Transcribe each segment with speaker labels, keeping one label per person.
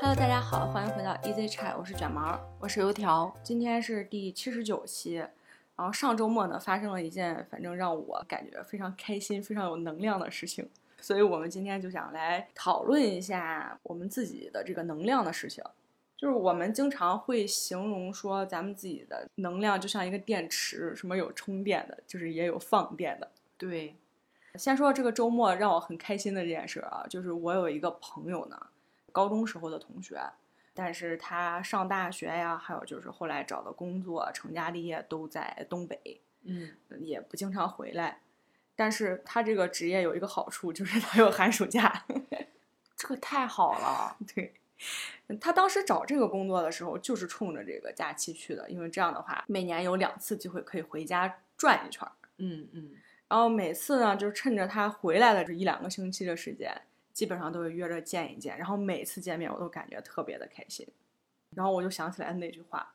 Speaker 1: Hello，大家好，欢迎回到 Easy Chat，我是卷毛，我是油条，今天是第七十九期。然后上周末呢，发生了一件反正让我感觉非常开心、非常有能量的事情，所以我们今天就想来讨论一下我们自己的这个能量的事情。就是我们经常会形容说，咱们自己的能量就像一个电池，什么有充电的，就是也有放电的。
Speaker 2: 对，
Speaker 1: 先说这个周末让我很开心的这件事啊，就是我有一个朋友呢，高中时候的同学，但是他上大学呀，还有就是后来找的工作、成家立业都在东北，呃
Speaker 2: 嗯，
Speaker 1: 也不经常回来。但是他这个职业有一个好处，就是他有寒暑假。
Speaker 2: 这个太好了，
Speaker 1: 对，他当时找这个工作的时候，就是冲着这个假期去的，因为这样的话，每年有两次机会可以回家转一圈儿。
Speaker 2: 嗯嗯，
Speaker 1: 然后每次呢，就是趁着他回来的这一两个星期的时间，基本上都是约着见一见。然后每次见面，我都感觉特别的开心。然后我就想起来那句话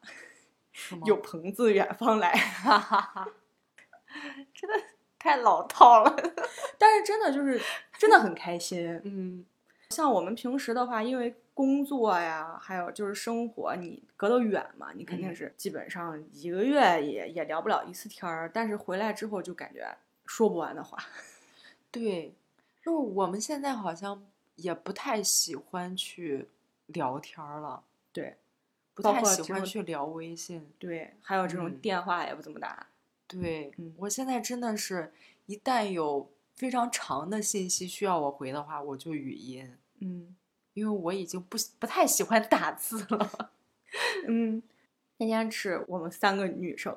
Speaker 2: 是吗：“
Speaker 1: 有朋自远方来。
Speaker 2: 哈哈哈，真的太老套了，”
Speaker 1: 但是真的就是真的很开心。
Speaker 2: 嗯
Speaker 1: 像我们平时的话，因为工作呀，还有就是生活，你隔得远嘛，你肯定
Speaker 2: 嗯
Speaker 1: 是基本上一个月也也聊不了一次天儿。但是回来之后，就感觉说不完的话。
Speaker 2: 对，就是我们现在好像也不太喜欢去聊天儿了，
Speaker 1: 对
Speaker 2: 不
Speaker 1: 包
Speaker 2: 太
Speaker 1: 括
Speaker 2: 喜
Speaker 1: 这
Speaker 2: 欢
Speaker 1: 种
Speaker 2: 去聊微信。
Speaker 1: 对，还有这种
Speaker 2: 嗯
Speaker 1: 电话也不怎么打。
Speaker 2: 对，
Speaker 1: 嗯
Speaker 2: 我现在真的是一旦有非常长的信息需要我回的话，我就语音，
Speaker 1: 嗯。
Speaker 2: 因为我已经不喜不太喜欢打字了。
Speaker 1: 嗯，那天是我们三个女生，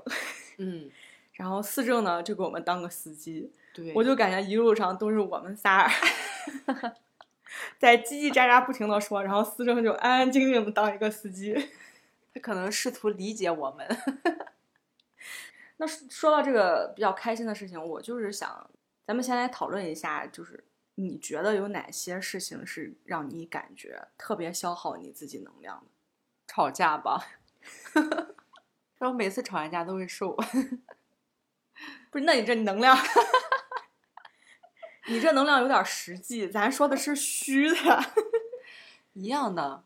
Speaker 2: 嗯，
Speaker 1: 然后四正呢就给我们当个司机，
Speaker 2: 对，
Speaker 1: 我就感觉一路上都是我们仨 儿在叽叽喳喳不停的说，然后四正就安安静静的当一个司机。
Speaker 2: 他可能试图理解我们。
Speaker 1: 那说说到这个比较开心的事情，我就是想，咱们先来讨论一下，就是你觉得有哪些事情是让你感觉特别消耗你自己能量的？
Speaker 2: 吵架吧。 然后每次吵完架都会瘦，
Speaker 1: 不是，那你这能量，你这能量有点实际，咱说的是虚的。
Speaker 2: 一样的，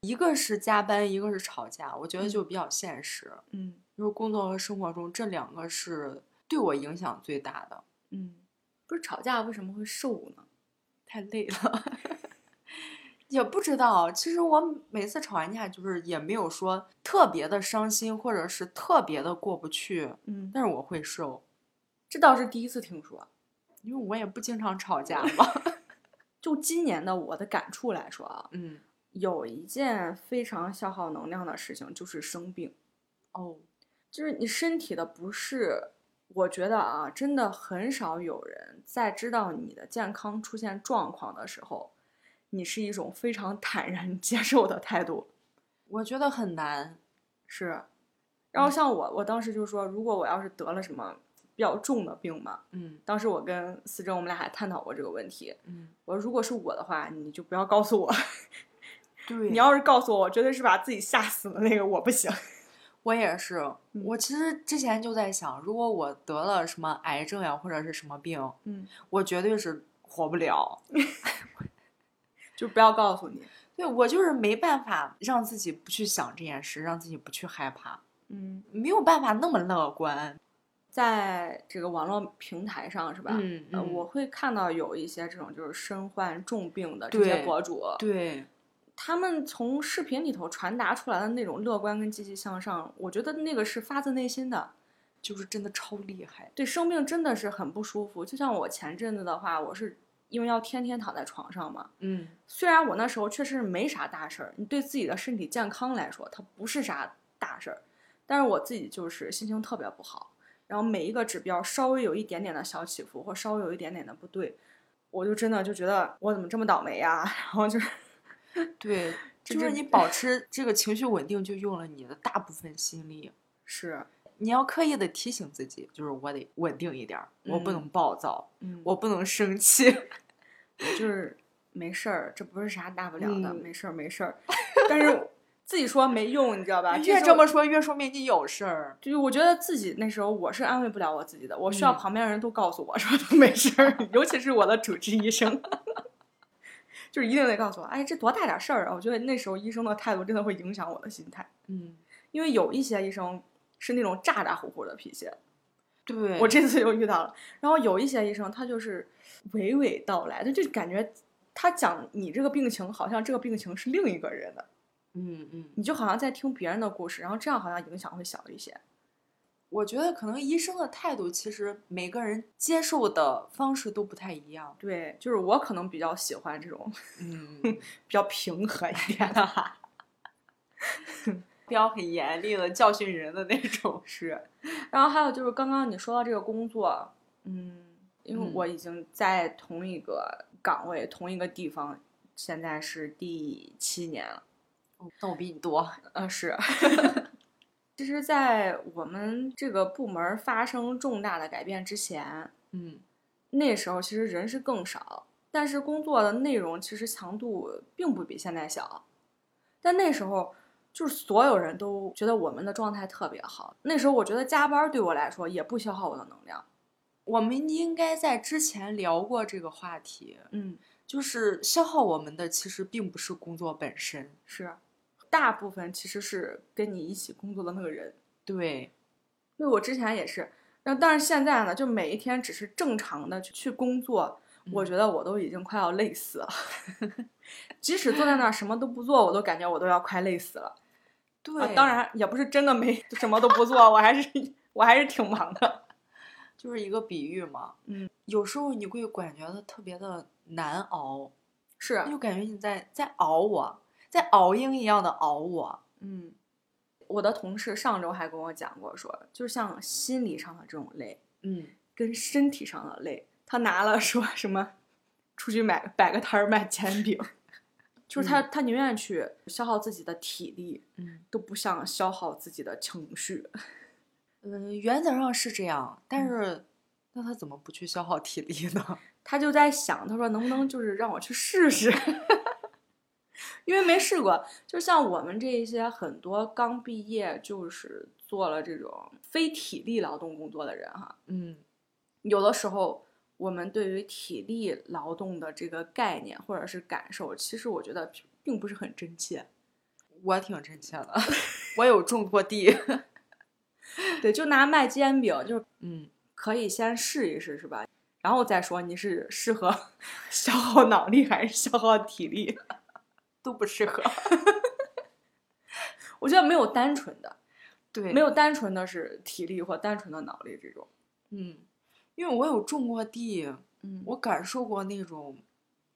Speaker 2: 一个是加班，一个是吵架，我觉得
Speaker 1: 嗯
Speaker 2: 就比较现实。
Speaker 1: 嗯
Speaker 2: 就是工作和生活中这两个是对我影响最大的，
Speaker 1: 嗯，不是吵架为什么会瘦呢？
Speaker 2: 太累了。 也不知道，其实我每次吵完架就是也没有说特别的伤心，或者是特别的过不去，
Speaker 1: 嗯，
Speaker 2: 但是我会瘦，
Speaker 1: 这倒是第一次听说。
Speaker 2: 因为我也不经常吵架 嘛。
Speaker 1: 就今年的我的感触来说啊，
Speaker 2: 嗯，
Speaker 1: 有一件非常消耗能量的事情就是生病，
Speaker 2: 哦，
Speaker 1: 就是你身体的不适。我觉得啊，真的很少有人在知道你的健康出现状况的时候，你是一种非常 坦然接受的态度。
Speaker 2: 我觉得很难。
Speaker 1: 是，然后
Speaker 2: 嗯
Speaker 1: 像我，我当时就说，如果我要是得了什么比较重的病嘛，
Speaker 2: 嗯
Speaker 1: 当时我跟思政我们俩还探讨过这个问题，
Speaker 2: 嗯，
Speaker 1: 我说如果是我的话，你就不要告 诉我。
Speaker 2: 对，
Speaker 1: 你要是告诉我，我绝对是把自己吓死的那个，我不行。
Speaker 2: 我也是，
Speaker 1: 嗯
Speaker 2: 我其实之前就在想，如果我得了什么癌症呀，或者是什么病，
Speaker 1: 嗯，
Speaker 2: 我绝对是活不了。
Speaker 1: 就不要告诉你。
Speaker 2: 对我就是没办法让自己不去想这件事，让自己不去害怕，
Speaker 1: 嗯，
Speaker 2: 没有办法那么乐观。
Speaker 1: 在这个网络平台上是吧？
Speaker 2: 嗯
Speaker 1: 呃，
Speaker 2: 嗯
Speaker 1: 我会看到有一些这种就是身患重病的这些
Speaker 2: 对
Speaker 1: 博主，
Speaker 2: 对，
Speaker 1: 他们从视频里头传达出来的那种乐观跟积极向上，我觉得那个是发自内心的。
Speaker 2: 就是真的超厉害。
Speaker 1: 对生病真的是很不舒服。就像我前阵子的话，我是因为要天天躺在床上嘛，
Speaker 2: 嗯，
Speaker 1: 虽然我那时候确实没啥大事儿，你对自己的身体健康来说，它不是啥大事儿，但是我自己就是心情特别不好，然后每一个指标稍微有一点点的小起伏，或稍微有一点点的不对，我就真的就觉得我怎么这么倒霉呀、然后就是
Speaker 2: 对，
Speaker 1: 这
Speaker 2: 就是
Speaker 1: 真
Speaker 2: 你保持这个情绪稳定，就用了你的大部分心力。
Speaker 1: 是，
Speaker 2: 你要刻意的提醒自己，就是我得稳定一点儿，我不
Speaker 1: 嗯
Speaker 2: 能暴躁，
Speaker 1: 嗯
Speaker 2: 我不能生气。
Speaker 1: 就是没事儿，这不是啥大不了的，
Speaker 2: 嗯
Speaker 1: 没事儿没事儿， 但是自己说没用，你知道吧？
Speaker 2: 越
Speaker 1: 是
Speaker 2: 啊这么说，越说明你有事儿。
Speaker 1: 就是我觉得自己那时候我是安慰不了我自己的，我需要
Speaker 2: 嗯
Speaker 1: 旁边人都告诉我说都没事儿，尤其是我的主治医生。 就是一定得告诉我，哎，这多大点事儿啊！我觉得那时候医生的态度真的会影响我的心态，
Speaker 2: 嗯，
Speaker 1: 因为有一些医生是那种咋咋呼呼的脾气，
Speaker 2: 对，
Speaker 1: 我这次就遇到了。然后有一些医生他就是娓娓道来，他就感觉他讲你这个病情，好像这个病情是另一个人的，
Speaker 2: 嗯嗯，
Speaker 1: 你就好像在听别人的故事，然后这样好像影响会小一些。
Speaker 2: 我觉得可能医生的态度其实每个人接受的方式都不太一样，
Speaker 1: 对，就是我可能比较喜欢这种
Speaker 2: 嗯，
Speaker 1: 比较平和一点。
Speaker 2: 不要很严厉的教训人的那种，
Speaker 1: 是，然后还有就是刚刚你说到这个工作，嗯，因为
Speaker 2: 嗯
Speaker 1: 我已经在同一个岗位、同一个地方，现在是第七年了。
Speaker 2: 哦那我比你多，
Speaker 1: 呃，是。 其实，在我们这个部门发生重大的改变之前，
Speaker 2: 嗯
Speaker 1: 那时候其实人是更少，但是工作的内容其实强度并不比现在小。但那时候就是所有人都觉得我们的状态特别好。那时候我觉得加班对我来说也不消耗我的能量。
Speaker 2: 我们应该在之前聊过这个话题，
Speaker 1: 嗯，
Speaker 2: 就是消耗我们的其实并不是工作本身，
Speaker 1: 是，大部分其实是跟你一起工作的那个人。
Speaker 2: 对，
Speaker 1: 对我之前也是，那但是现在呢，就每一天只是正常的去去工作，我
Speaker 2: 嗯
Speaker 1: 觉得我都已经快要累死了。 即使坐在那儿什么都不做，我都感觉我都要快累死了。
Speaker 2: 对、
Speaker 1: 啊当然也不是真的没 什么都不做，我还是我还是挺忙的。
Speaker 2: 就是一个比喻嘛，
Speaker 1: 嗯，
Speaker 2: 有时候你会感觉到特别的难熬，
Speaker 1: 是
Speaker 2: 就感觉你在在熬我，在熬鹰一样的熬我，
Speaker 1: 嗯，我的同事上周还跟我讲过说，就是像心理上的这种累，
Speaker 2: 嗯，
Speaker 1: 跟身体上的累，他拿了说什么出去买摆个摊儿卖煎饼， 就是他、他宁愿去消耗自己的体力，
Speaker 2: 嗯
Speaker 1: 都不想消耗自己的情绪。
Speaker 2: 嗯，原则上是这样，但
Speaker 1: 嗯
Speaker 2: 是、那他怎么不去消耗体力呢？
Speaker 1: 他就在想，他说能不能就是让我去试试， 因为没试过。就像我们这一些很多刚毕业就是做了这种非体力劳动工作的人哈，
Speaker 2: 嗯
Speaker 1: 有的时候我们对于体力劳动的这个概念或者是感受，其实我觉得并并不是很真切。
Speaker 2: 我挺真切的， 我有种过地，
Speaker 1: 对，就拿卖煎饼，就是
Speaker 2: 嗯，
Speaker 1: 可以先试一试，是吧？然后再说你是适合 消耗脑力还是消耗体力。
Speaker 2: 都不适合，
Speaker 1: 我觉得没有单纯的，
Speaker 2: 对，
Speaker 1: 没有单纯的是体力或单纯的脑力这种。
Speaker 2: 嗯，因为我有种过地，
Speaker 1: 嗯
Speaker 2: 我感受过那种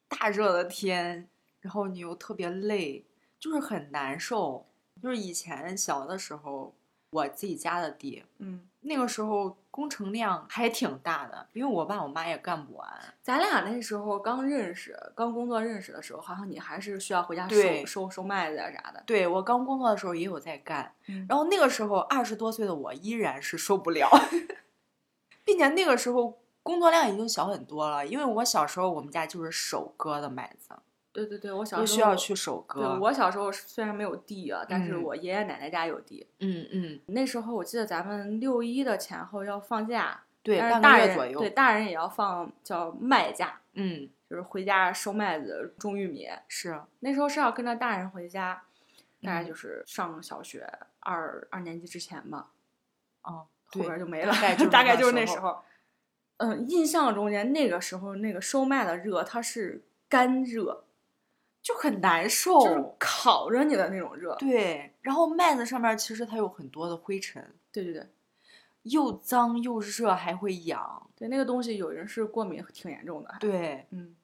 Speaker 2: 大热的天，然后你又特别累，就是很难受。就是以前小的时候，我自己家的地，
Speaker 1: 嗯，
Speaker 2: 那个时候工程量还挺大的，因为我爸我妈也干不完。
Speaker 1: 咱俩那时候刚认识，刚工作认识的时候，好像你还是需要回家收
Speaker 2: 对
Speaker 1: 收收麦子呀啊啥的。
Speaker 2: 对我刚工作的时候也有在干，
Speaker 1: 嗯然
Speaker 2: 然后那个时候二十多岁的我依然是受不了， 并且那个时候工作量已经小很多了，因为我小时候我们家就是手割的麦子，
Speaker 1: 对对对，我小时
Speaker 2: 都
Speaker 1: 候
Speaker 2: 需要去。手割。
Speaker 1: 对我小时候虽然没有地啊，但是
Speaker 2: 嗯
Speaker 1: 我爷爷奶奶家有地。
Speaker 2: 嗯嗯，
Speaker 1: 那时候我记得咱们六一的前后要放假，
Speaker 2: 对，
Speaker 1: 但是
Speaker 2: 半
Speaker 1: 大
Speaker 2: 个
Speaker 1: 人
Speaker 2: 月左右。
Speaker 1: 对大人也要放叫麦假，
Speaker 2: 嗯，
Speaker 1: 就是回家收麦子、种玉米。
Speaker 2: 是，
Speaker 1: 那时候是要跟着大人回家，大概
Speaker 2: 嗯
Speaker 1: 就是上小学二二年级之前吧，
Speaker 2: 哦，
Speaker 1: 后边
Speaker 2: 对，
Speaker 1: 就没了
Speaker 2: 大概就，是
Speaker 1: 大
Speaker 2: 那
Speaker 1: 概
Speaker 2: 个
Speaker 1: 就是
Speaker 2: 时
Speaker 1: 那时
Speaker 2: 候
Speaker 1: 候。嗯，印象中间那个时候那个收麦的热，它是干热，
Speaker 2: 就很难受。
Speaker 1: 就是烤着你的那种热。
Speaker 2: 对，然后麦子上面其实它有很多的灰尘，
Speaker 1: 对对对
Speaker 2: 又脏又热，还会痒。
Speaker 1: 对，那个东西有人是过敏挺严重的。
Speaker 2: 对，
Speaker 1: 嗯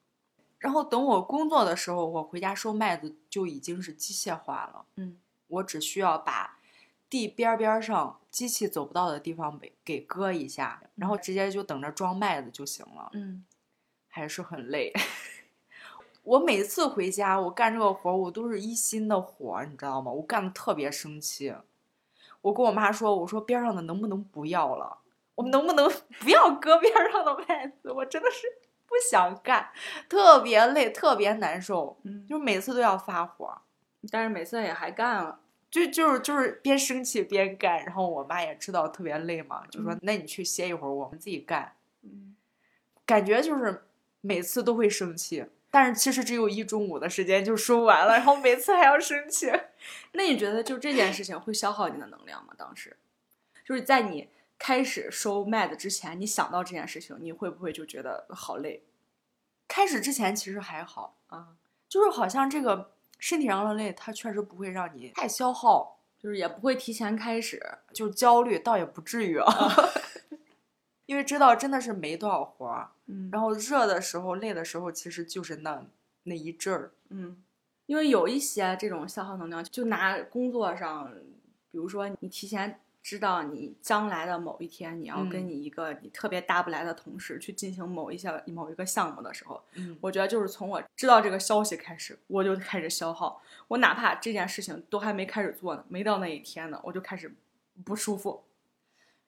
Speaker 2: 然后等我工作的时候，我回家收麦子就已经是机械化了，
Speaker 1: 嗯，
Speaker 2: 我只需要把。地边儿边儿上机器走不到的地方给给割一下，然后直接就等着装麦子就行了。
Speaker 1: 嗯，
Speaker 2: 还是很累。 我每次回家，我干这个活儿，我都是一心的活儿，你知道吗？我干的特别生气。我跟我妈说：“我说边儿上的能不能不要了？我们能不能 不要割边儿上的麦子？我真的是不想干，特别累，特别难受，
Speaker 1: 嗯
Speaker 2: 就是每次都要发火儿，
Speaker 1: 但是每次也还干了。
Speaker 2: 就就是就是边生气边干。然后我妈也知道特别累嘛，就说
Speaker 1: 嗯：
Speaker 2: 那你去歇一会儿，我们自己干。
Speaker 1: 嗯，
Speaker 2: 感觉就是每次都会生气，但是其实只有一中午的时间就说完了，然后每次还要生气。
Speaker 1: 那你觉得就这件事情会消耗你的能量吗？当时，就是在你开始收麦子之前，你想到这件事情，你会不会就觉得好累
Speaker 2: 开始之前其实还好，
Speaker 1: 啊？
Speaker 2: 就是好像这个身体上的累，它确实不会让你太消耗，
Speaker 1: 就是也不会提前开始，
Speaker 2: 就是焦虑倒也不至于啊，因为知道真的是没多少活儿。
Speaker 1: 嗯然
Speaker 2: 然
Speaker 1: 后
Speaker 2: 后热的时候、累的时候，其实就是那那一阵儿。
Speaker 1: 嗯，因为有一些这种消耗能量，就拿工作上，比如说你提前。知道你将来的某一天，你要跟
Speaker 2: 嗯
Speaker 1: 你一个你特别搭不来的同事去进行某一项某一个项目的时候，
Speaker 2: 嗯
Speaker 1: 我觉得就是从我知道这个消息开始，我就开始消耗。我哪怕这件事情都还没开始做呢，没到那一天呢，我就开始不舒服。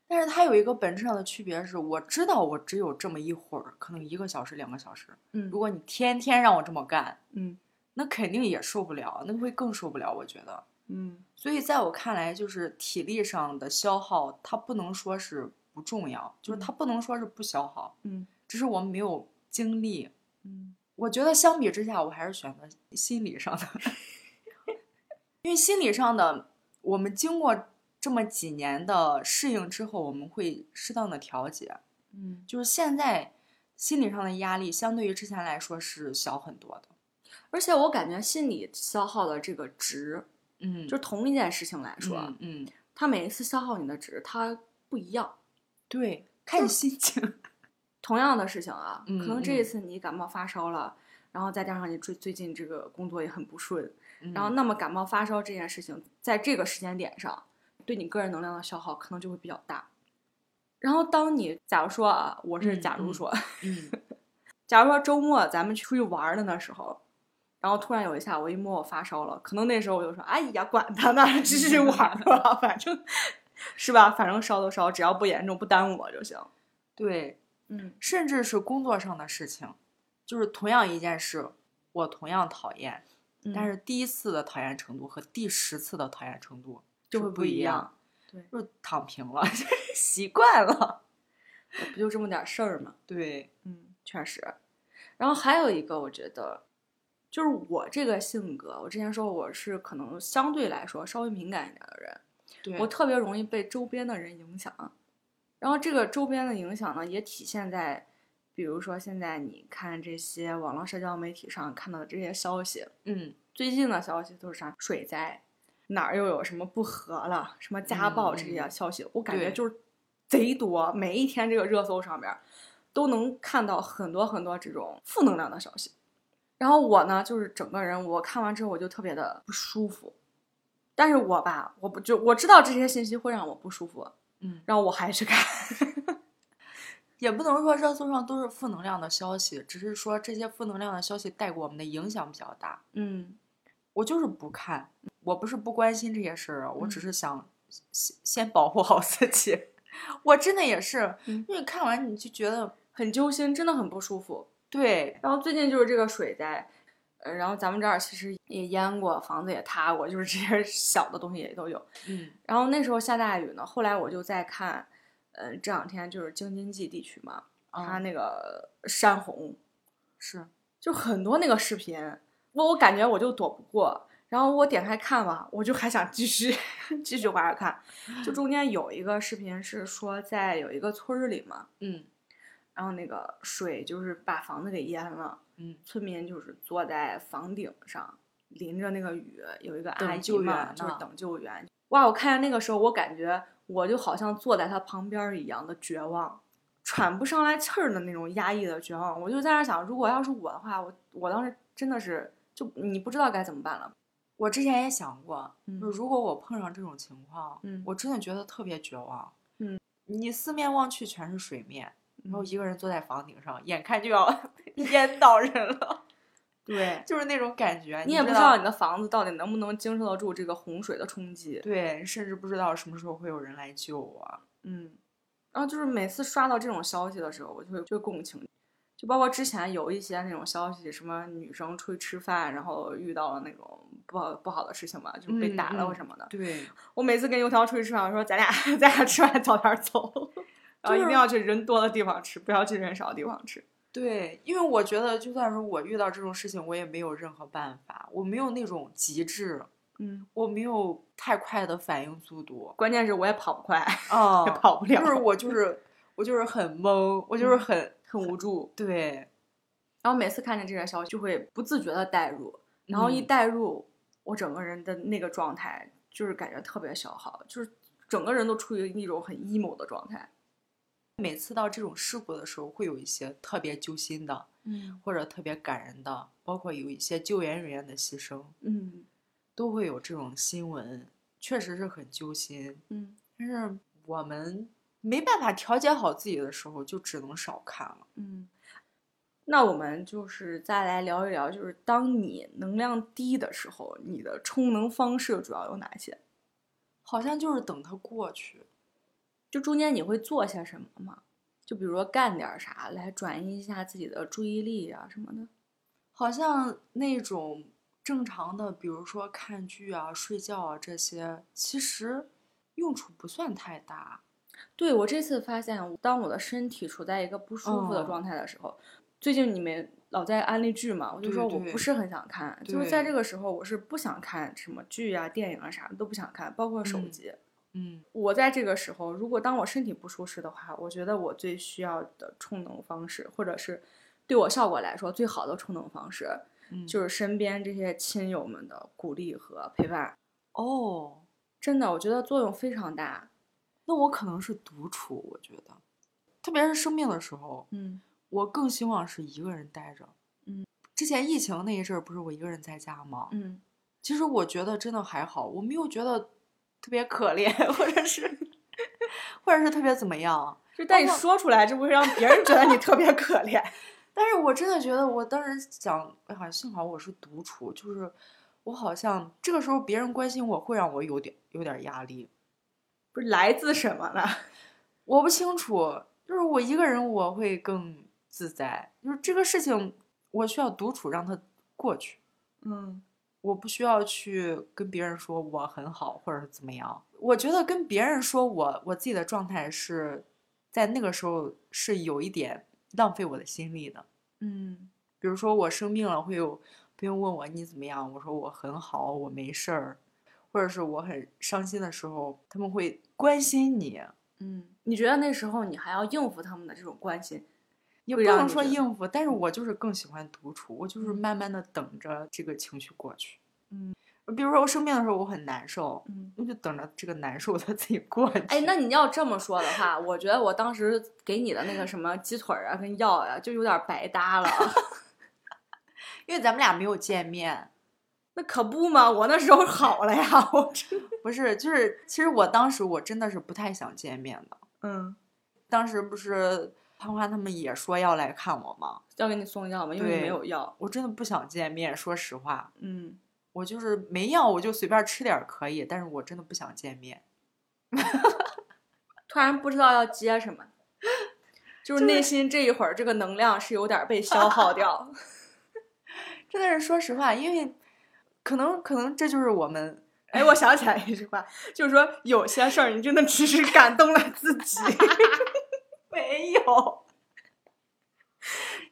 Speaker 2: 但是它有一个本质上的区别是，我知道我只有这么一会儿，可能一个小时、两个小时。
Speaker 1: 嗯
Speaker 2: 如果你天天让我这么干，
Speaker 1: 嗯
Speaker 2: 那肯定也受不了，那会更受不了。我觉得，
Speaker 1: 嗯
Speaker 2: 所以在我看来，就是体力上的消耗，它不能说是不重要，就是它不能说是不消耗，
Speaker 1: 嗯
Speaker 2: 只是我们没有精力。
Speaker 1: 嗯
Speaker 2: 我觉得相比之下，我还是选择心理上的， 因为心理上的，我们经过这么几年的适应之后，我们会适当的调节。
Speaker 1: 嗯，
Speaker 2: 就是现在心理上的压力，相对于之前来说是小很多的。
Speaker 1: 而且我感觉心理消耗的这个值，
Speaker 2: 嗯
Speaker 1: 就同一件事情来说，啊
Speaker 2: 嗯嗯，
Speaker 1: 它每一次消耗你的值，它不一样。
Speaker 2: 对，看心情。
Speaker 1: 同样的事情啊，
Speaker 2: 嗯
Speaker 1: 可能这一
Speaker 2: 嗯
Speaker 1: 次你感冒发烧了，然后再加上你最最近这个工作也很不顺，然后
Speaker 2: 嗯
Speaker 1: 那么感冒发烧这件事情，在这个时间点上，对你个人能量的消耗可能就会比较大。然后当你假如说啊，我是
Speaker 2: 嗯
Speaker 1: 假如
Speaker 2: 嗯
Speaker 1: 说，
Speaker 2: 嗯
Speaker 1: 假如说周末咱们出去玩儿的那时候，然后突然有一下我一摸我发烧了，可能那时候我就说，哎呀，管他呢，继续玩儿吧，反正是吧，反正烧都烧，只要不严重不耽误我就行。
Speaker 2: 对，
Speaker 1: 嗯
Speaker 2: 甚至是工作上的事情，就是同样一件事，我同样讨厌，但
Speaker 1: 嗯
Speaker 2: 是第一次的讨厌程度和第十次的讨厌程度
Speaker 1: 就是会
Speaker 2: 不
Speaker 1: 一
Speaker 2: 样，
Speaker 1: 样，
Speaker 2: 就是躺平了， 习惯了。
Speaker 1: 不就这么点儿事儿吗？
Speaker 2: 对，
Speaker 1: 嗯，确实。然后还有一个，我觉得就是我这个性格，我之前说我是可能相对来说稍微敏感一点的人，
Speaker 2: 对
Speaker 1: 我特别容易被周边的人影响。然后这个周边的影响呢，也体现在，比如说现在你看这些网络社交媒体上看到的这些消息，
Speaker 2: 嗯，
Speaker 1: 最近的消息都是啥水灾，哪儿又有什么不和了，什么家暴这些
Speaker 2: 嗯
Speaker 1: 消息，我感觉
Speaker 2: 对
Speaker 1: 就是贼多，每一天这个热搜上边儿都能看到很多很多这种负能量的消息。然后我呢，就是整个人我看完之后我就特别的不舒服，但是我吧，我不就我知道这些信息会让我不舒服，
Speaker 2: 嗯，
Speaker 1: 然后我还去看，
Speaker 2: 也不能说热搜上都是负能量的消息，只是说这些负能量的消息带给我们的影响比较大。
Speaker 1: 嗯
Speaker 2: 我就是不看，我不是不关心这些事儿啊，我
Speaker 1: 嗯
Speaker 2: 只是想先先保护好自己。 我真的也是，
Speaker 1: 嗯
Speaker 2: 因为看完你就觉得
Speaker 1: 很揪心，真的很不舒服。
Speaker 2: 对，
Speaker 1: 然后最近就是这个水灾，呃，然后咱们这儿其实也淹过，房子也塌过，就是这些小的东西也都有。
Speaker 2: 嗯
Speaker 1: 然后那时候下大雨呢，后来我就在看，呃，这两天就是京津冀地区嘛，它
Speaker 2: 啊，
Speaker 1: 那个山洪，
Speaker 2: 是，
Speaker 1: 就很多那个视频，我我感觉我就躲不过。然后我点开看吧，我就还想继续 继续往下看，就中间有一个视频是说在有一个村儿里嘛，
Speaker 2: 嗯
Speaker 1: 然后那个水就是把房子给淹了，
Speaker 2: 嗯，
Speaker 1: 村民就是坐在房顶上，淋着那个雨，有一个
Speaker 2: 等
Speaker 1: 阿姨
Speaker 2: 救
Speaker 1: 嘛，
Speaker 2: 援
Speaker 1: 就是
Speaker 2: 呢
Speaker 1: 等救援。啊哇，我看见那个时候，我感觉我就好像坐在他旁边儿一样的绝望，喘不上来气儿的那种压抑的绝望。我就在那儿想，如果要是我的话，我我当时真的是就你不知道该怎么办了。
Speaker 2: 我之前也想过，
Speaker 1: 嗯
Speaker 2: 就如果我碰上这种情况，
Speaker 1: 嗯
Speaker 2: 我真的觉得特别绝望。
Speaker 1: 嗯，
Speaker 2: 你四面望去全是水面，然
Speaker 1: 然后
Speaker 2: 后一个人坐在房顶上，眼看就要 淹到人了，
Speaker 1: 对
Speaker 2: 就是那种感觉。啊
Speaker 1: 你也不知道你的房子到底能不能经受得住这个洪水的冲击。
Speaker 2: 对，甚至不知道什么时候会有人来救我。啊
Speaker 1: 嗯，然后就是每次刷到这种消息的时候，我就会就会共情，就包括之前有一些那种消息，什么女生出去吃饭，然后遇到了那种不好不好的事情嘛，就是被
Speaker 2: 嗯
Speaker 1: 打了或
Speaker 2: 嗯
Speaker 1: 什么的。
Speaker 2: 对，
Speaker 1: 我每次跟油条出去吃饭，我说咱俩 咱俩吃完早点走，然后一定
Speaker 2: 就是
Speaker 1: 要去人多的地方吃，不要去人少的地方吃。
Speaker 2: 对，因为我觉得就算是我遇到这种事情，我也没有任何办法，我没有那种极致，
Speaker 1: 嗯，
Speaker 2: 我没有太快的反应速度，
Speaker 1: 关键是我也跑不快，
Speaker 2: 啊、
Speaker 1: 也 跑不了，嗯
Speaker 2: 就是 我就是我就是很懵，我就是很、
Speaker 1: 很无助。
Speaker 2: 对，
Speaker 1: 然后每次看见这个消息，就会不自觉的代入，然后一代入，我整个人的那个状态就是感觉特别消耗，就是整个人都处于一种很 emo 的状态。
Speaker 2: 每次到这种事故的时候，会有一些特别揪心的，
Speaker 1: 嗯
Speaker 2: 或者特别感人的，包括有一些救援人员的牺牲，
Speaker 1: 嗯
Speaker 2: 都会有这种新闻，确实是很揪心。
Speaker 1: 嗯
Speaker 2: 但是我们没办法调节好自己的时候，就只能少看了。
Speaker 1: 嗯。那我们就是再来聊一聊，就是当你能量低的时候，你的充能方式主要有哪些？
Speaker 2: 好像就是等它过去。
Speaker 1: 就中间你会做些什么吗？就比如说干点儿啥来转移一下自己的注意力啊什么的。
Speaker 2: 好像那种正常的，比如说看剧啊、睡觉啊这些，其实用处不算太大。
Speaker 1: 对我这次发现，当我的身体处在一个不舒服的
Speaker 2: 嗯
Speaker 1: 状态的时候，最近你们老在安利剧嘛，我就
Speaker 2: 对
Speaker 1: 说我
Speaker 2: 对
Speaker 1: 不是很想看，就是在
Speaker 2: 对
Speaker 1: 这个时候，我是不想看什么剧啊、电影啊啥的都不想看，包括手
Speaker 2: 嗯
Speaker 1: 机。
Speaker 2: 嗯
Speaker 1: 我在这个时候，如果当我身体不舒适的话，我觉得我最需要的充能方式，或者是对我效果来说最好的充能方式，
Speaker 2: 嗯，
Speaker 1: 就是身边这些亲友们的鼓励和陪伴。
Speaker 2: 哦，
Speaker 1: 真的，我觉得作用非常大。
Speaker 2: 那我可能是独处，我觉得，特别是生病的时候，
Speaker 1: 嗯
Speaker 2: 我更希望是一个人待着。
Speaker 1: 嗯，
Speaker 2: 之前疫情那一阵儿，不是我一个人在家吗？
Speaker 1: 嗯，
Speaker 2: 其实我觉得真的还好，我没有觉得特别可怜， 或者是，或者是特别怎么样。
Speaker 1: 就但你说出来，这不会让别人觉得你特别可怜。
Speaker 2: 但是我真的觉得，我当时想，哎呀，幸好我是独处，就是我好像这个时候别人关心我会让我有点有点压力，
Speaker 1: 不是来自什么呢？
Speaker 2: 我不清楚，就是我一个人我会更自在，就是这个事情我需要独处让它过去，
Speaker 1: 嗯
Speaker 2: 我不需要去跟别人说我很好或者是怎么样。我觉得跟别人说我我自己的状态是在那个时候是有一点浪费我的心力的。
Speaker 1: 嗯
Speaker 2: 比如说我生病了，会有朋友问我你怎么样，我说我很好，我没事儿，或者是我很伤心的时候，他们会关心你，
Speaker 1: 嗯，你觉得那时候你还要应付他们的这种关心？
Speaker 2: 也不
Speaker 1: 会让
Speaker 2: 能
Speaker 1: 你
Speaker 2: 说
Speaker 1: 觉得
Speaker 2: 应付，但是我就是更喜欢独处，我就是
Speaker 1: 嗯
Speaker 2: 慢慢的等着这个情绪过去。呃
Speaker 1: 嗯，
Speaker 2: 比如说我生病的时候，我很难受，
Speaker 1: 嗯，
Speaker 2: 我就等着这个难受它自己过去。
Speaker 1: 哎，那你要这么说的话，我觉得我当时给你的那个什么鸡腿儿啊跟药呀、就有点白搭了。
Speaker 2: 因为咱们俩没有见面，
Speaker 1: 那可不嘛，我那时候好了呀，我真
Speaker 2: 不是，就是其实我当时我真的是不太想见面的。
Speaker 1: 嗯，
Speaker 2: 当时不是潘欢他们也说要来看我吗？
Speaker 1: 要给你送药嘛，因为你
Speaker 2: 对
Speaker 1: 没有药。
Speaker 2: 我真的不想见面，说实话，
Speaker 1: 嗯，
Speaker 2: 我就是没药我就随便吃点儿可以，但是我真的不想见面。
Speaker 1: 突然不知道要接什么， 就是
Speaker 2: 就是
Speaker 1: 内心这一会儿这个能量是有点被消耗掉。
Speaker 2: 真的是说实话，因为可能可能这就是我们
Speaker 1: 哎，我想起来一句话，就是说有些事儿你真的只是感动了自己，
Speaker 2: 没有，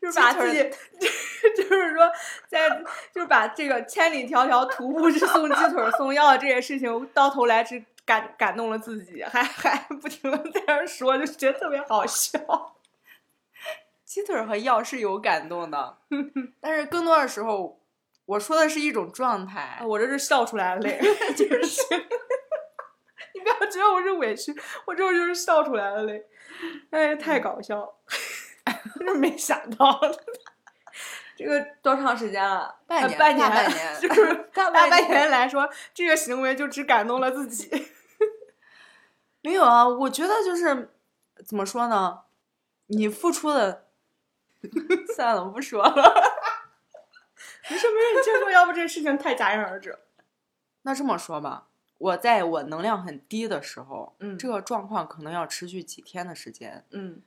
Speaker 1: 就是把
Speaker 2: 鸡腿
Speaker 1: 自
Speaker 2: 儿
Speaker 1: 己， 就是说在就是把这个千里迢迢徒步去送鸡腿儿送药这些事情，到头来只感感动了自己，还还不停的在那儿说，就觉得特别好笑。
Speaker 2: 鸡腿儿和药是有感动的，但是更多的时候，我说的是一种状态
Speaker 1: 哎，我这是笑出来了， 泪，就是。你不要觉得我是委屈，我这就是笑出来了嘞，哎，太搞笑了， 真是没想到。这个多长时间了？
Speaker 2: 半
Speaker 1: 呃
Speaker 2: 年
Speaker 1: 半年，
Speaker 2: 大半年
Speaker 1: 就是
Speaker 2: 大
Speaker 1: 大半
Speaker 2: 半
Speaker 1: 年来说，这个行为就只感动了自己。
Speaker 2: 没有啊，我觉得就是怎么说呢，你付出的，算了，我不说了。
Speaker 1: 没事没事，你接着说，要不这个事情太戛然而止。
Speaker 2: 那这么说吧，我在我能量很低的时候，
Speaker 1: 嗯
Speaker 2: 这个状况可能要持续几天的时间。
Speaker 1: 嗯，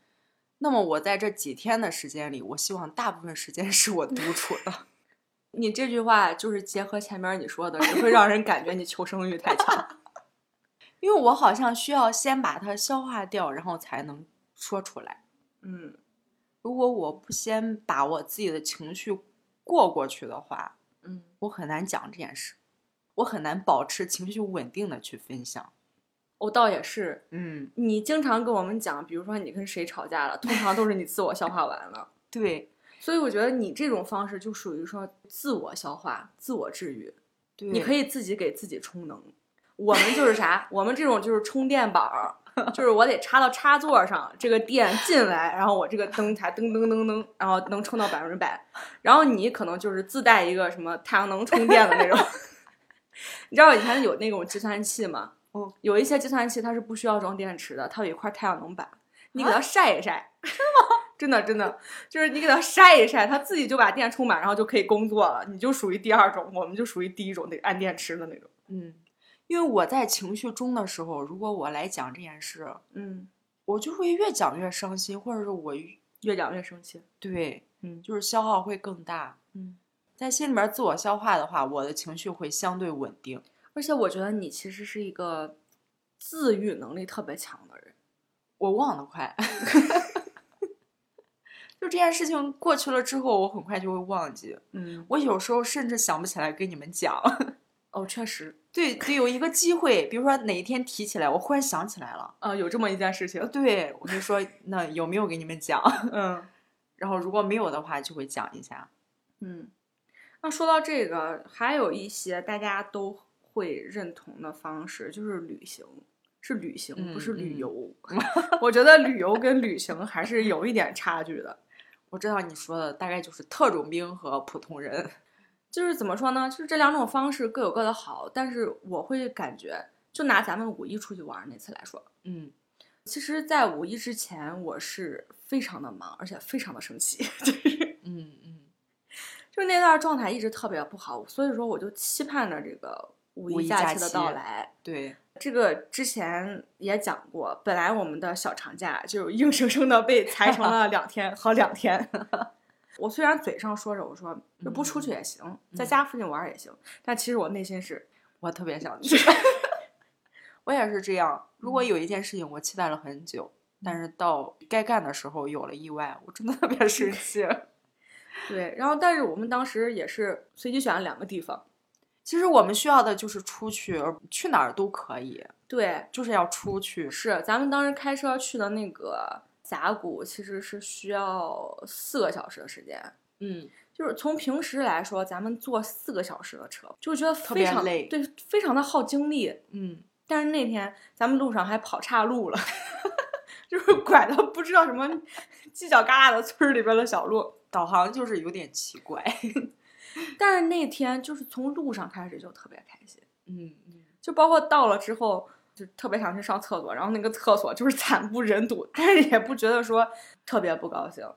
Speaker 2: 那么我在这几天的时间里，我希望大部分时间是 我独处的。
Speaker 1: 你这句话就是结合前面你说的，只会让人感觉你求生欲太 强。
Speaker 2: 因为我好像需要先把它消化掉，然后才能说出来。
Speaker 1: 嗯，
Speaker 2: 如果我不先把我自己的情绪过过去的话，
Speaker 1: 嗯，
Speaker 2: 我很难讲这件事，我很难保持情绪稳定的去分享。
Speaker 1: 我倒也是。
Speaker 2: 嗯，
Speaker 1: 你经常跟我们讲，比如说你跟谁吵架了，通常都是你自我消化完了。
Speaker 2: 对
Speaker 1: 所以我觉得你这种方式就属于说自我消化、自我治愈，
Speaker 2: 对，
Speaker 1: 你可以自己给自己充能。我们就是啥？ 我们这种就是充电宝儿，就是我得插到插座上，这个电进来，然后我这个灯才噔噔噔噔，然后能充到百分之百。然后你可能就是自带一个什么太阳能充电的那种。 你知道以前有那种计算器吗？
Speaker 2: 嗯
Speaker 1: 有一些计算器它是不需要装电池的，它有一块太阳能板，你给它晒一晒。啊 真的真的，就是你给它晒一晒，它自己就把电充满，然后就可以工作了。你就属于第二种，我们就属于第一种，得按电池的那种。
Speaker 2: 嗯，因为我在情绪中的时候，如果我来讲这件事，
Speaker 1: 嗯，
Speaker 2: 我就会越讲越伤心，或者是我越
Speaker 1: 越讲越生气。
Speaker 2: 对，
Speaker 1: 嗯
Speaker 2: 就是消耗会更大。
Speaker 1: 嗯，
Speaker 2: 在心里边自我消化的话，我的情绪会相对稳定。
Speaker 1: 而且我觉得你其实是一个自愈能力特别强的人。
Speaker 2: 我忘 得快，就这件事情过去了之后，我很快就会忘记。
Speaker 1: 嗯，
Speaker 2: 我有时候甚至想不起来跟你们讲。
Speaker 1: 哦，确实，
Speaker 2: 对，得有一个机会，比如说哪一天提起来，我忽然想起来了，
Speaker 1: 呃，有这么一件事情
Speaker 2: 呃，。对，我就说那有没有给你们讲？
Speaker 1: 嗯
Speaker 2: 然后如果没有的话，就会讲一下。
Speaker 1: 嗯，那说到这个，还有一些大家都会认同的方式，就是旅行。是旅行，不是
Speaker 2: 嗯
Speaker 1: 旅
Speaker 2: 嗯
Speaker 1: 游。我觉得旅游跟旅行还是有一点差距的。
Speaker 2: 我知道你说的大概就是特种兵和普通人。
Speaker 1: 就是怎么说呢？就是这两种方式各有各的好，但是我会感觉，就拿咱们五一出去玩儿那次来说，
Speaker 2: 嗯，
Speaker 1: 其实，在五一之前，我是非常的忙，而且非常的生气，
Speaker 2: 嗯嗯，
Speaker 1: 就是那段状态一直特别不好，所以说我就期盼着这个五
Speaker 2: 五
Speaker 1: 一
Speaker 2: 一
Speaker 1: 假
Speaker 2: 假
Speaker 1: 期的
Speaker 2: 期
Speaker 1: 到来。
Speaker 2: 对，
Speaker 1: 这个之前也讲过，本来我们的小长假就硬生生的被裁成了两天和两天。 我虽然嘴上说着我说就不出去也行，
Speaker 2: 嗯
Speaker 1: 在家附近玩儿也行，但其实我内心是
Speaker 2: 我特别 想去。我也是这样。如果有一件事情我期待了很久，但是到该干的时候有了意外，我真的特 别生气。
Speaker 1: 对，然后但是我们当时也是随机选了两个地方，
Speaker 2: 其实我们需要的就是出去，而去哪儿都可以，
Speaker 1: 对，
Speaker 2: 就是要出去。
Speaker 1: 是咱们当时开车去的那个峡谷，其实是需要四个小时的时间。
Speaker 2: 嗯，
Speaker 1: 就是从平时来说，咱们坐四个小时的车，就觉得
Speaker 2: 特
Speaker 1: 非
Speaker 2: 别
Speaker 1: 常
Speaker 2: 累
Speaker 1: 对，非常的耗精力。
Speaker 2: 嗯，
Speaker 1: 但是那天咱们路上还跑岔路了， 就是拐到不知道什么犄角旮旯的村儿里边的小路。
Speaker 2: 导航就是有点奇怪。
Speaker 1: 但是那天就是从路上开始就特别开心。
Speaker 2: 嗯嗯，
Speaker 1: 就包括到了之后，就特别想去上厕所，然后那个厕所就是惨不忍睹，但是也不觉得说特别不高兴。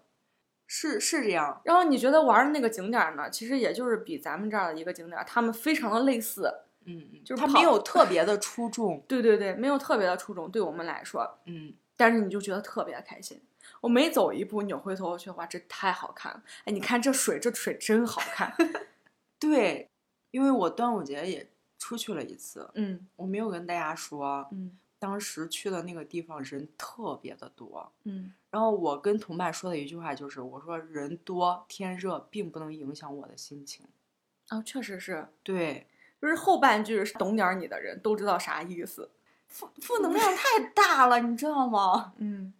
Speaker 2: 是是这样。
Speaker 1: 然后你觉得玩的那个景点呢，其实也就是比咱们这儿的一个景点，他们非常的类似，
Speaker 2: 嗯，嗯
Speaker 1: 就是
Speaker 2: 它
Speaker 1: 跑
Speaker 2: 没有特别的出众。
Speaker 1: 对对对，没有特别的出众，对我们来说，
Speaker 2: 嗯，
Speaker 1: 但是你就觉得特别开心。我每走一步，扭回头去，哇，这太好看了！哎，你看这水，这水真好看。
Speaker 2: 对，因为我端午节也出去了一次，
Speaker 1: 嗯
Speaker 2: 我没有跟大家说，
Speaker 1: 嗯
Speaker 2: 当时去的那个地方人特别的多。
Speaker 1: 嗯
Speaker 2: 然后我跟同伴说的一句话就是，我说人多天热并不能影响我的心情。
Speaker 1: 啊、确实是，
Speaker 2: 对，
Speaker 1: 就是后半句是懂点儿你的人都知道啥意思。
Speaker 2: 负负能量太大了，你知道吗？
Speaker 1: 嗯，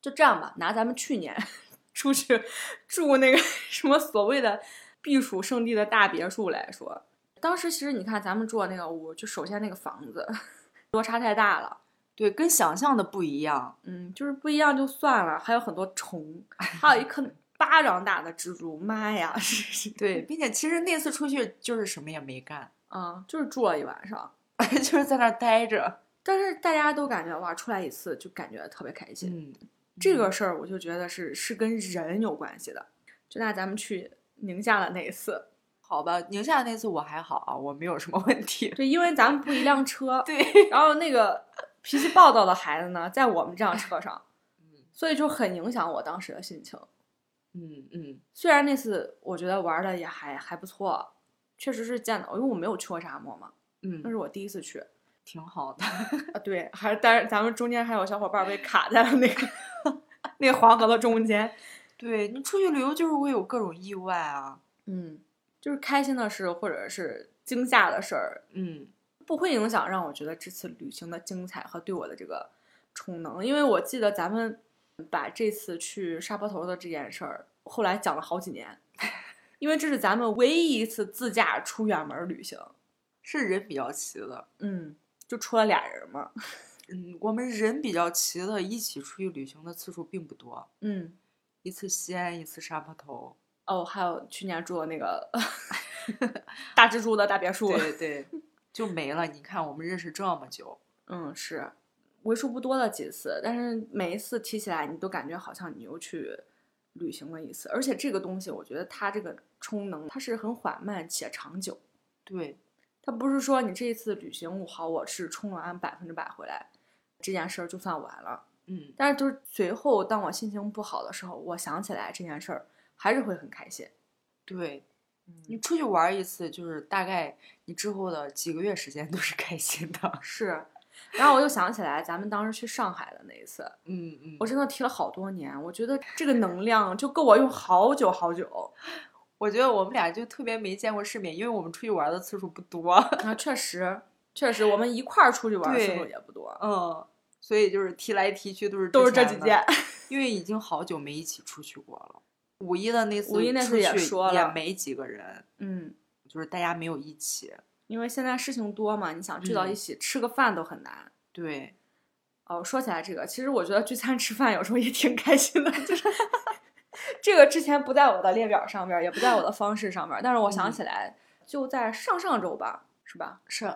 Speaker 1: 就这样吧，拿咱们去年 出去住那个 什么所谓的避暑胜地的大别墅来说，当时其实你看咱们住的那个屋，就首先那个房子落差太大了，
Speaker 2: 对，跟想象的不一样。
Speaker 1: 嗯，就是不一样就算了，还有很多虫， 还有一颗巴掌大的蜘蛛，妈呀！
Speaker 2: 对， 并且其实那次出去就是什么也没干，
Speaker 1: 啊，就是住了一晚上，
Speaker 2: 就是在那儿待着。
Speaker 1: 但是大家都感觉哇，出来一次就感觉特别开心。
Speaker 2: 嗯，
Speaker 1: 这个事儿我就觉得是是跟人有关系的，就拿咱们去宁夏的那一次，
Speaker 2: 好吧，宁夏那次我还好啊，我没有什么问题。，
Speaker 1: 对，因为咱们不一辆车
Speaker 2: 对，
Speaker 1: 然后那个脾气暴躁的孩子呢，在我们这辆车上，
Speaker 2: 哎
Speaker 1: 所以就很影响我当时的心情。
Speaker 2: 嗯嗯，
Speaker 1: 虽然那次我觉得玩的也还还不错，确实是见到，因为我没有去过沙漠嘛，那
Speaker 2: 嗯，
Speaker 1: 是我第一次去
Speaker 2: 挺好的。
Speaker 1: 啊。对， 还但是咱们中间还有小伙伴被卡在了那个那个黄河的中间，
Speaker 2: 对你出去旅游就是会有各种意外啊，
Speaker 1: 嗯，就是开心的事或者是惊吓的事儿，
Speaker 2: 嗯
Speaker 1: 不会影响让我觉得这次旅行的精彩和对我的这个充能，因为我记得咱们把这次去沙坡头的这件事儿后来讲了好几年， 因为这是咱们唯一一次自驾出远门旅行，
Speaker 2: 是人比较齐的，
Speaker 1: 嗯，就出了俩人嘛，
Speaker 2: 嗯，我们人比较齐的，一起出去旅行的次数并不多，
Speaker 1: 嗯，
Speaker 2: 一次西安，一次沙坡头，
Speaker 1: 哦，还有去年住的那个 大蜘蛛的大别墅，
Speaker 2: 对对，就没了。你看我们认识这么久，
Speaker 1: 嗯，是为数不多的几次，但是每一次提起来，你都感觉好像你又去旅行了一次。而且这个东西，我觉得它这个充能，它是很缓慢且长久。
Speaker 2: 对，
Speaker 1: 它不是说你这一次旅行我好，我是充完百分之百回来，这件事儿就算完了。
Speaker 2: 嗯，
Speaker 1: 但是就是随后，当我心情不好的时候，我想起来这件事儿，还是会很开心。
Speaker 2: 对你
Speaker 1: 嗯，
Speaker 2: 出去玩儿一次，就是大概你之后的几个月时间都是开心 的。
Speaker 1: 是。啊然后我又想起来咱们当时去上海的那一次，
Speaker 2: 嗯嗯，
Speaker 1: 我真的提了好多年，我觉得这个能量就够我用好久好久。
Speaker 2: 我觉得我们俩就特别没见过世面，因为我们出去玩儿的次数不多，
Speaker 1: 啊，确实，确实，我们一块儿出去玩儿
Speaker 2: 对
Speaker 1: 次数也不多，
Speaker 2: 嗯， 所以就是提来提去都是
Speaker 1: 都是
Speaker 2: 这
Speaker 1: 这几 件。。
Speaker 2: 因为已经好久没一起出去过了。五一的那次，
Speaker 1: 五一那次也说
Speaker 2: 也
Speaker 1: 了
Speaker 2: 没几个人，
Speaker 1: 嗯，
Speaker 2: 就是大家没有一起。
Speaker 1: 因为现在事情多嘛，你想聚到一
Speaker 2: 嗯
Speaker 1: 起、吃个饭都很难。
Speaker 2: 对，
Speaker 1: 哦，说起来这个，其实我觉得聚餐吃饭有时候也挺开心的，就是 这个之前不在我的列表上边儿，也不在我的方式上边儿，但是我
Speaker 2: 嗯
Speaker 1: 想起来，就在上上周吧，是吧？
Speaker 2: 是，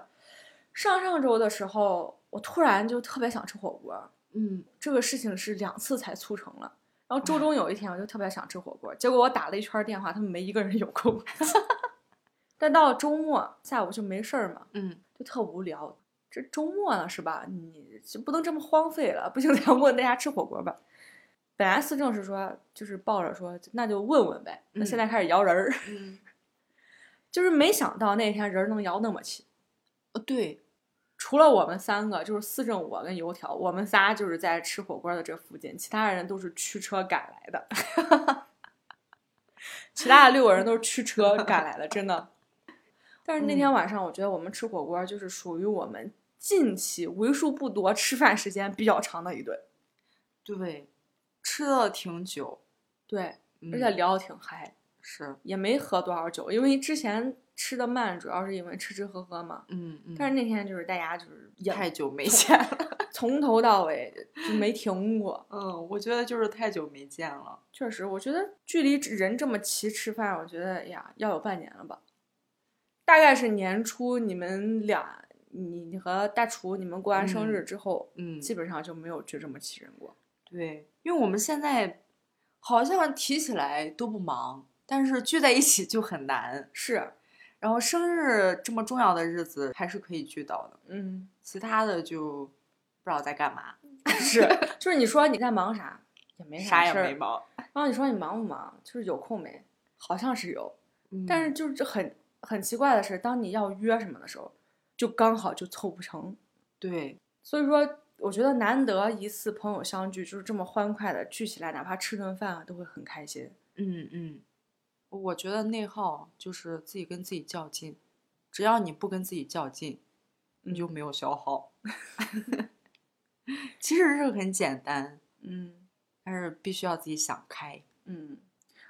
Speaker 1: 上上周的时候，我突然就特别想吃火锅，
Speaker 2: 嗯，
Speaker 1: 这个事情是两次才促成了。然后周中有一天，我就特别想吃火锅，结果我打了一圈儿电话，他们没一个人有空。 但到了周末下午就没事儿嘛，
Speaker 2: 嗯，
Speaker 1: 就特无聊。这周末了是吧？你就不能这么荒废了，不行，咱问大家吃火锅吧。本来思政是说，就是抱着说，那就问问呗。那
Speaker 2: 嗯
Speaker 1: 现在开始摇人儿，
Speaker 2: 嗯，
Speaker 1: 就是没想到那天人儿能摇那么齐。哦
Speaker 2: 呃对，
Speaker 1: 除了我们三个，就是思政、我跟油条，我们仨就是在吃火锅的这附近，其他人都是驱车赶来的。 其他的六个人都是驱车赶来的，真的。但是那
Speaker 2: 嗯
Speaker 1: 天晚上，我觉得我们吃火锅就是属于我们近期为数不多吃饭时间比较长的一顿，
Speaker 2: 对，吃的挺久，
Speaker 1: 对，
Speaker 2: 嗯
Speaker 1: 而且聊的挺嗨，
Speaker 2: 是，
Speaker 1: 也没喝多少酒，因为之前吃的慢，主要是因为吃吃喝喝嘛。
Speaker 2: 嗯嗯，
Speaker 1: 但是那天就是大家就是也
Speaker 2: 太久没 见了，
Speaker 1: 从头到尾就没停过，
Speaker 2: 嗯，我觉得就是太久没见了，
Speaker 1: 确实，我觉得距离人这么齐吃饭，我觉得哎呀要有半年了吧，大概是年初你们俩，你你和大厨你们过完生日之后，
Speaker 2: 嗯，
Speaker 1: 基本上就没有聚这么齐人过。
Speaker 2: 对，因为我们现在好像提起来都不忙，但是聚在一起就很难。
Speaker 1: 是，
Speaker 2: 然后生日这么重要的日子还是可以聚到的，
Speaker 1: 嗯，
Speaker 2: 其他的就不知道在干嘛，
Speaker 1: 是，就是你说你在忙啥，也没
Speaker 2: 啥也
Speaker 1: 事儿
Speaker 2: 没。忙。
Speaker 1: 然后你说你忙不忙，就是有空没，好像是有，
Speaker 2: 嗯
Speaker 1: 但是就是这很很奇怪的是，当你要约什么的时候，就刚好就凑不成。
Speaker 2: 对，
Speaker 1: 所以说，我觉得难得一次朋友相聚，就是这么欢快的聚起来，哪怕吃顿饭啊，都会很开心。
Speaker 2: 嗯嗯，我觉得内耗就是自己跟自己较劲，只要你不跟自己较劲，你就
Speaker 1: 嗯
Speaker 2: 没有消耗。 其实是很简单，
Speaker 1: 嗯
Speaker 2: 但是必须要自己想开。
Speaker 1: 嗯，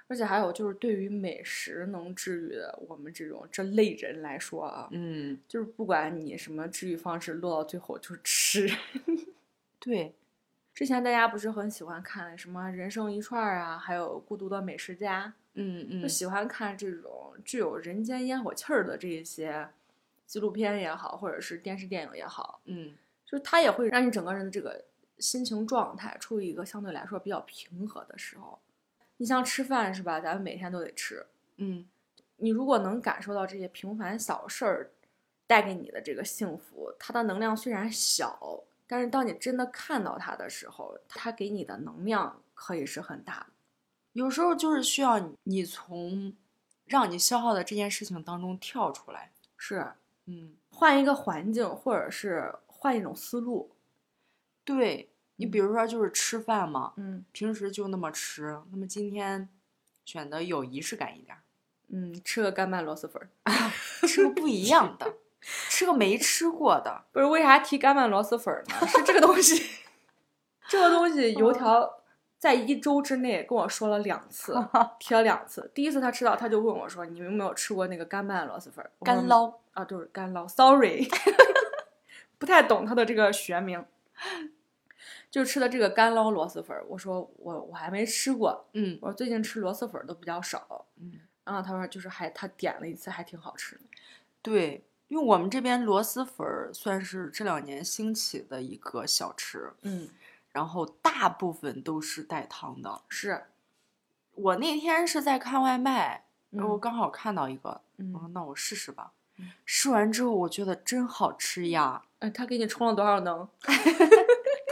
Speaker 1: 而且还有就是，对于美食能治愈的我们这种这类人来说啊，
Speaker 2: 嗯，
Speaker 1: 就是不管你什么治愈方式，落到最后就是吃。
Speaker 2: 对，
Speaker 1: 之前大家不是很喜欢看什么《人生一串》啊，还有《孤独的美食家》，
Speaker 2: 嗯嗯
Speaker 1: 就喜欢看这种具有人间烟火气儿的这一些纪录片也好，或者是电视电影也好。
Speaker 2: 嗯，
Speaker 1: 就是它也会让你整个人的这个心情状态处于一个相对来说比较平和的时候。你像吃饭是吧？咱们每天都得吃。
Speaker 2: 嗯，
Speaker 1: 你如果能感受到这些平凡小事儿带给你的这个幸福，它的能量虽然小，但是当你真的看到它的时候，它给你的能量可以是很大的。
Speaker 2: 有时候就是需要你你从让你消耗的这件事情当中跳出来。
Speaker 1: 是
Speaker 2: 嗯，
Speaker 1: 换一个环境，或者是换一种思路，
Speaker 2: 对，你比如说就是吃饭嘛，
Speaker 1: 嗯
Speaker 2: 平时就那么吃，那么今天选的有仪式感一点儿，
Speaker 1: 嗯，吃个干拌螺蛳粉儿。
Speaker 2: 吃个不一 样的，吃个没吃过的，
Speaker 1: 不是为啥提干拌螺蛳粉儿呢？是这个东西，这个东西
Speaker 2: 嗯
Speaker 1: 油条在一周之内跟我说了两 次，提了两次。第一次他吃到，他就问我说：“你们有没有吃过那个干拌螺蛳粉儿？”我说
Speaker 2: 干捞。
Speaker 1: 啊，就是干捞。Sorry，不太懂它的这个学名。就吃的这个干捞螺蛳粉儿，我说我我还没吃过，
Speaker 2: 嗯
Speaker 1: 我说最近吃螺蛳粉儿都比较少。
Speaker 2: 嗯，
Speaker 1: 然后他说就是还他点了一次，还挺好吃的。
Speaker 2: 对，因为我们这边螺蛳粉儿算是这两年兴起的一个小吃，
Speaker 1: 嗯，
Speaker 2: 然后大部分都是带汤的。
Speaker 1: 是，
Speaker 2: 我那天是在看外卖，然后
Speaker 1: 嗯
Speaker 2: 刚好看到一个，我说
Speaker 1: 嗯，
Speaker 2: 那我试试吧
Speaker 1: 嗯。
Speaker 2: 试完之后，我觉得真好吃呀，
Speaker 1: 哎，他给你充了多少能？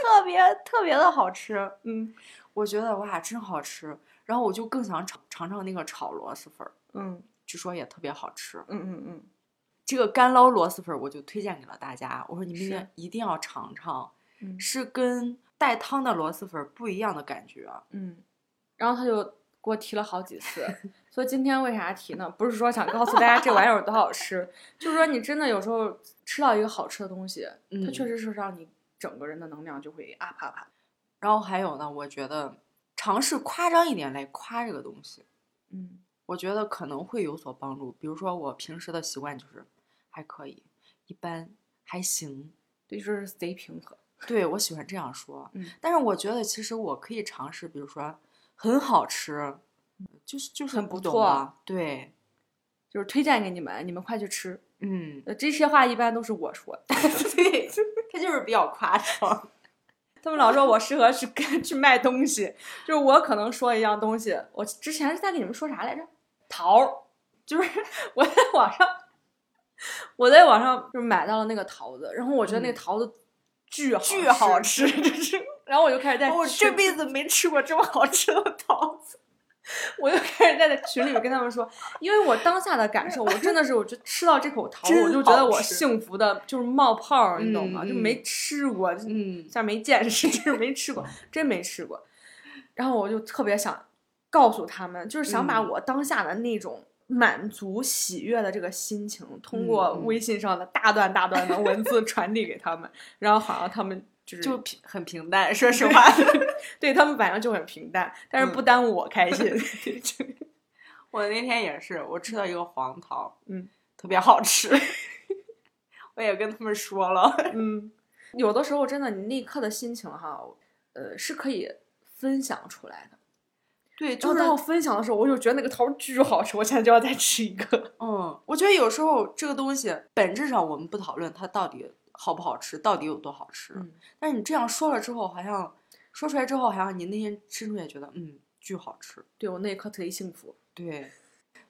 Speaker 2: 特别特别的好吃。
Speaker 1: 嗯
Speaker 2: 我觉得哇，真好吃。然后我就更想尝尝尝那个炒螺蛳粉儿，
Speaker 1: 嗯
Speaker 2: 据说也特别好吃。
Speaker 1: 嗯嗯嗯，
Speaker 2: 这个干捞螺蛳粉儿我就推荐给了大家，我说你们一定
Speaker 1: 是
Speaker 2: 一定要尝尝，
Speaker 1: 嗯
Speaker 2: 是跟带汤的螺蛳粉儿不一样的感觉。啊
Speaker 1: 嗯，然后他就给我提了好几次， 所以今天为啥提呢？不是说想告诉大家这玩意儿有多好吃， 就是说你真的有时候吃到一个好吃的东西，它
Speaker 2: 嗯
Speaker 1: 确实是让你整个人的能量就会 up up up。
Speaker 2: 然后还有呢，我觉得尝试夸张一点来夸这个东西，
Speaker 1: 嗯
Speaker 2: 我觉得可能会有所帮助。比如说我平时的习惯就是还可以，一般，还行，
Speaker 1: 对，就是贼平和。
Speaker 2: 对我喜欢这样说。
Speaker 1: 嗯
Speaker 2: 但是我觉得其实我可以尝试，比如说很好吃，就是就是
Speaker 1: 很
Speaker 2: 不
Speaker 1: 不
Speaker 2: 懂
Speaker 1: 错
Speaker 2: 啊对，
Speaker 1: 就是推荐给你们，你们快去吃。
Speaker 2: 嗯，
Speaker 1: 呃，这些话一般都是我说的，
Speaker 2: 对，它就是比较夸张。
Speaker 1: 他们老说我适合去跟去卖东西，就是我可能说一样东西，我之前是在跟你们说啥来着？桃儿，就是 我在网上，我在网上就是买到了那个桃子，然后我觉得那个
Speaker 2: 嗯
Speaker 1: 桃子巨好
Speaker 2: 巨好
Speaker 1: 吃， 就是，然后我就开始在
Speaker 2: 我
Speaker 1: 群
Speaker 2: 哦这辈子没吃过这么好吃的桃子。
Speaker 1: 我就开始在群里面跟他们说，因为我当下的感受，我真的是，我就吃到这口桃，
Speaker 2: 真
Speaker 1: 我就觉得
Speaker 2: 好
Speaker 1: 我
Speaker 2: 吃
Speaker 1: 幸福的就是冒泡儿，你懂吗？
Speaker 2: 嗯
Speaker 1: 就没吃过，就
Speaker 2: 嗯，
Speaker 1: 像没见识， 就是没吃过，真没吃过。然后我就特别想告诉他们，就是想把
Speaker 2: 嗯
Speaker 1: 我当下的那种满足、喜悦的这个心情，通过
Speaker 2: 嗯
Speaker 1: 微信上的大段大段的文字传递给他们，然后好像他们就是
Speaker 2: 就平很平淡，说实话。
Speaker 1: 对他们反应就很平淡，但是不
Speaker 2: 嗯
Speaker 1: 耽误我开心。 就
Speaker 2: 我那天也是，我吃到一个黄桃，
Speaker 1: 嗯，
Speaker 2: 特别好吃。 我也跟他们说了，
Speaker 1: 嗯，有的时候真的，你那一刻的心情哈，呃，是可以分享出来的。
Speaker 2: 对，
Speaker 1: 然后当我分享的时候，我就觉得那个桃儿巨好吃，我现在就要再吃一个。
Speaker 2: 嗯，我觉得有时候这个东西本质上我们不讨论它到底好不好吃，到底有多好吃，
Speaker 1: 嗯，
Speaker 2: 但是你这样说了之后，好像说出来之后，好像你内心深处也觉得，嗯，巨好吃。
Speaker 1: 对我那一刻贼幸福。
Speaker 2: 对，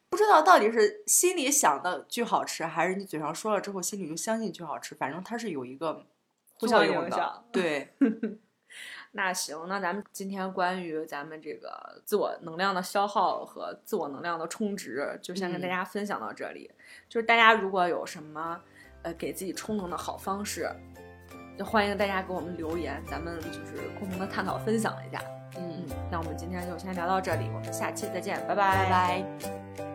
Speaker 2: 不知道到底是心里想的巨好吃，还是你嘴上说了之后心里就相信巨好吃，反正它是有一个
Speaker 1: 互
Speaker 2: 作
Speaker 1: 相
Speaker 2: 用
Speaker 1: 影
Speaker 2: 的
Speaker 1: 响
Speaker 2: 对，
Speaker 1: 那行，那咱们今天关于咱们这个自我能量的消耗和自我能量的充值，就先跟大
Speaker 2: 嗯
Speaker 1: 家分享到这里。就是大家如果有什么呃给自己充能的好方式，就欢迎大家给我们留言，咱们就是共同的探讨分享一下。
Speaker 2: 嗯
Speaker 1: 嗯，，那我们今天就先聊到这里，我们下期再见，拜拜
Speaker 2: 拜拜。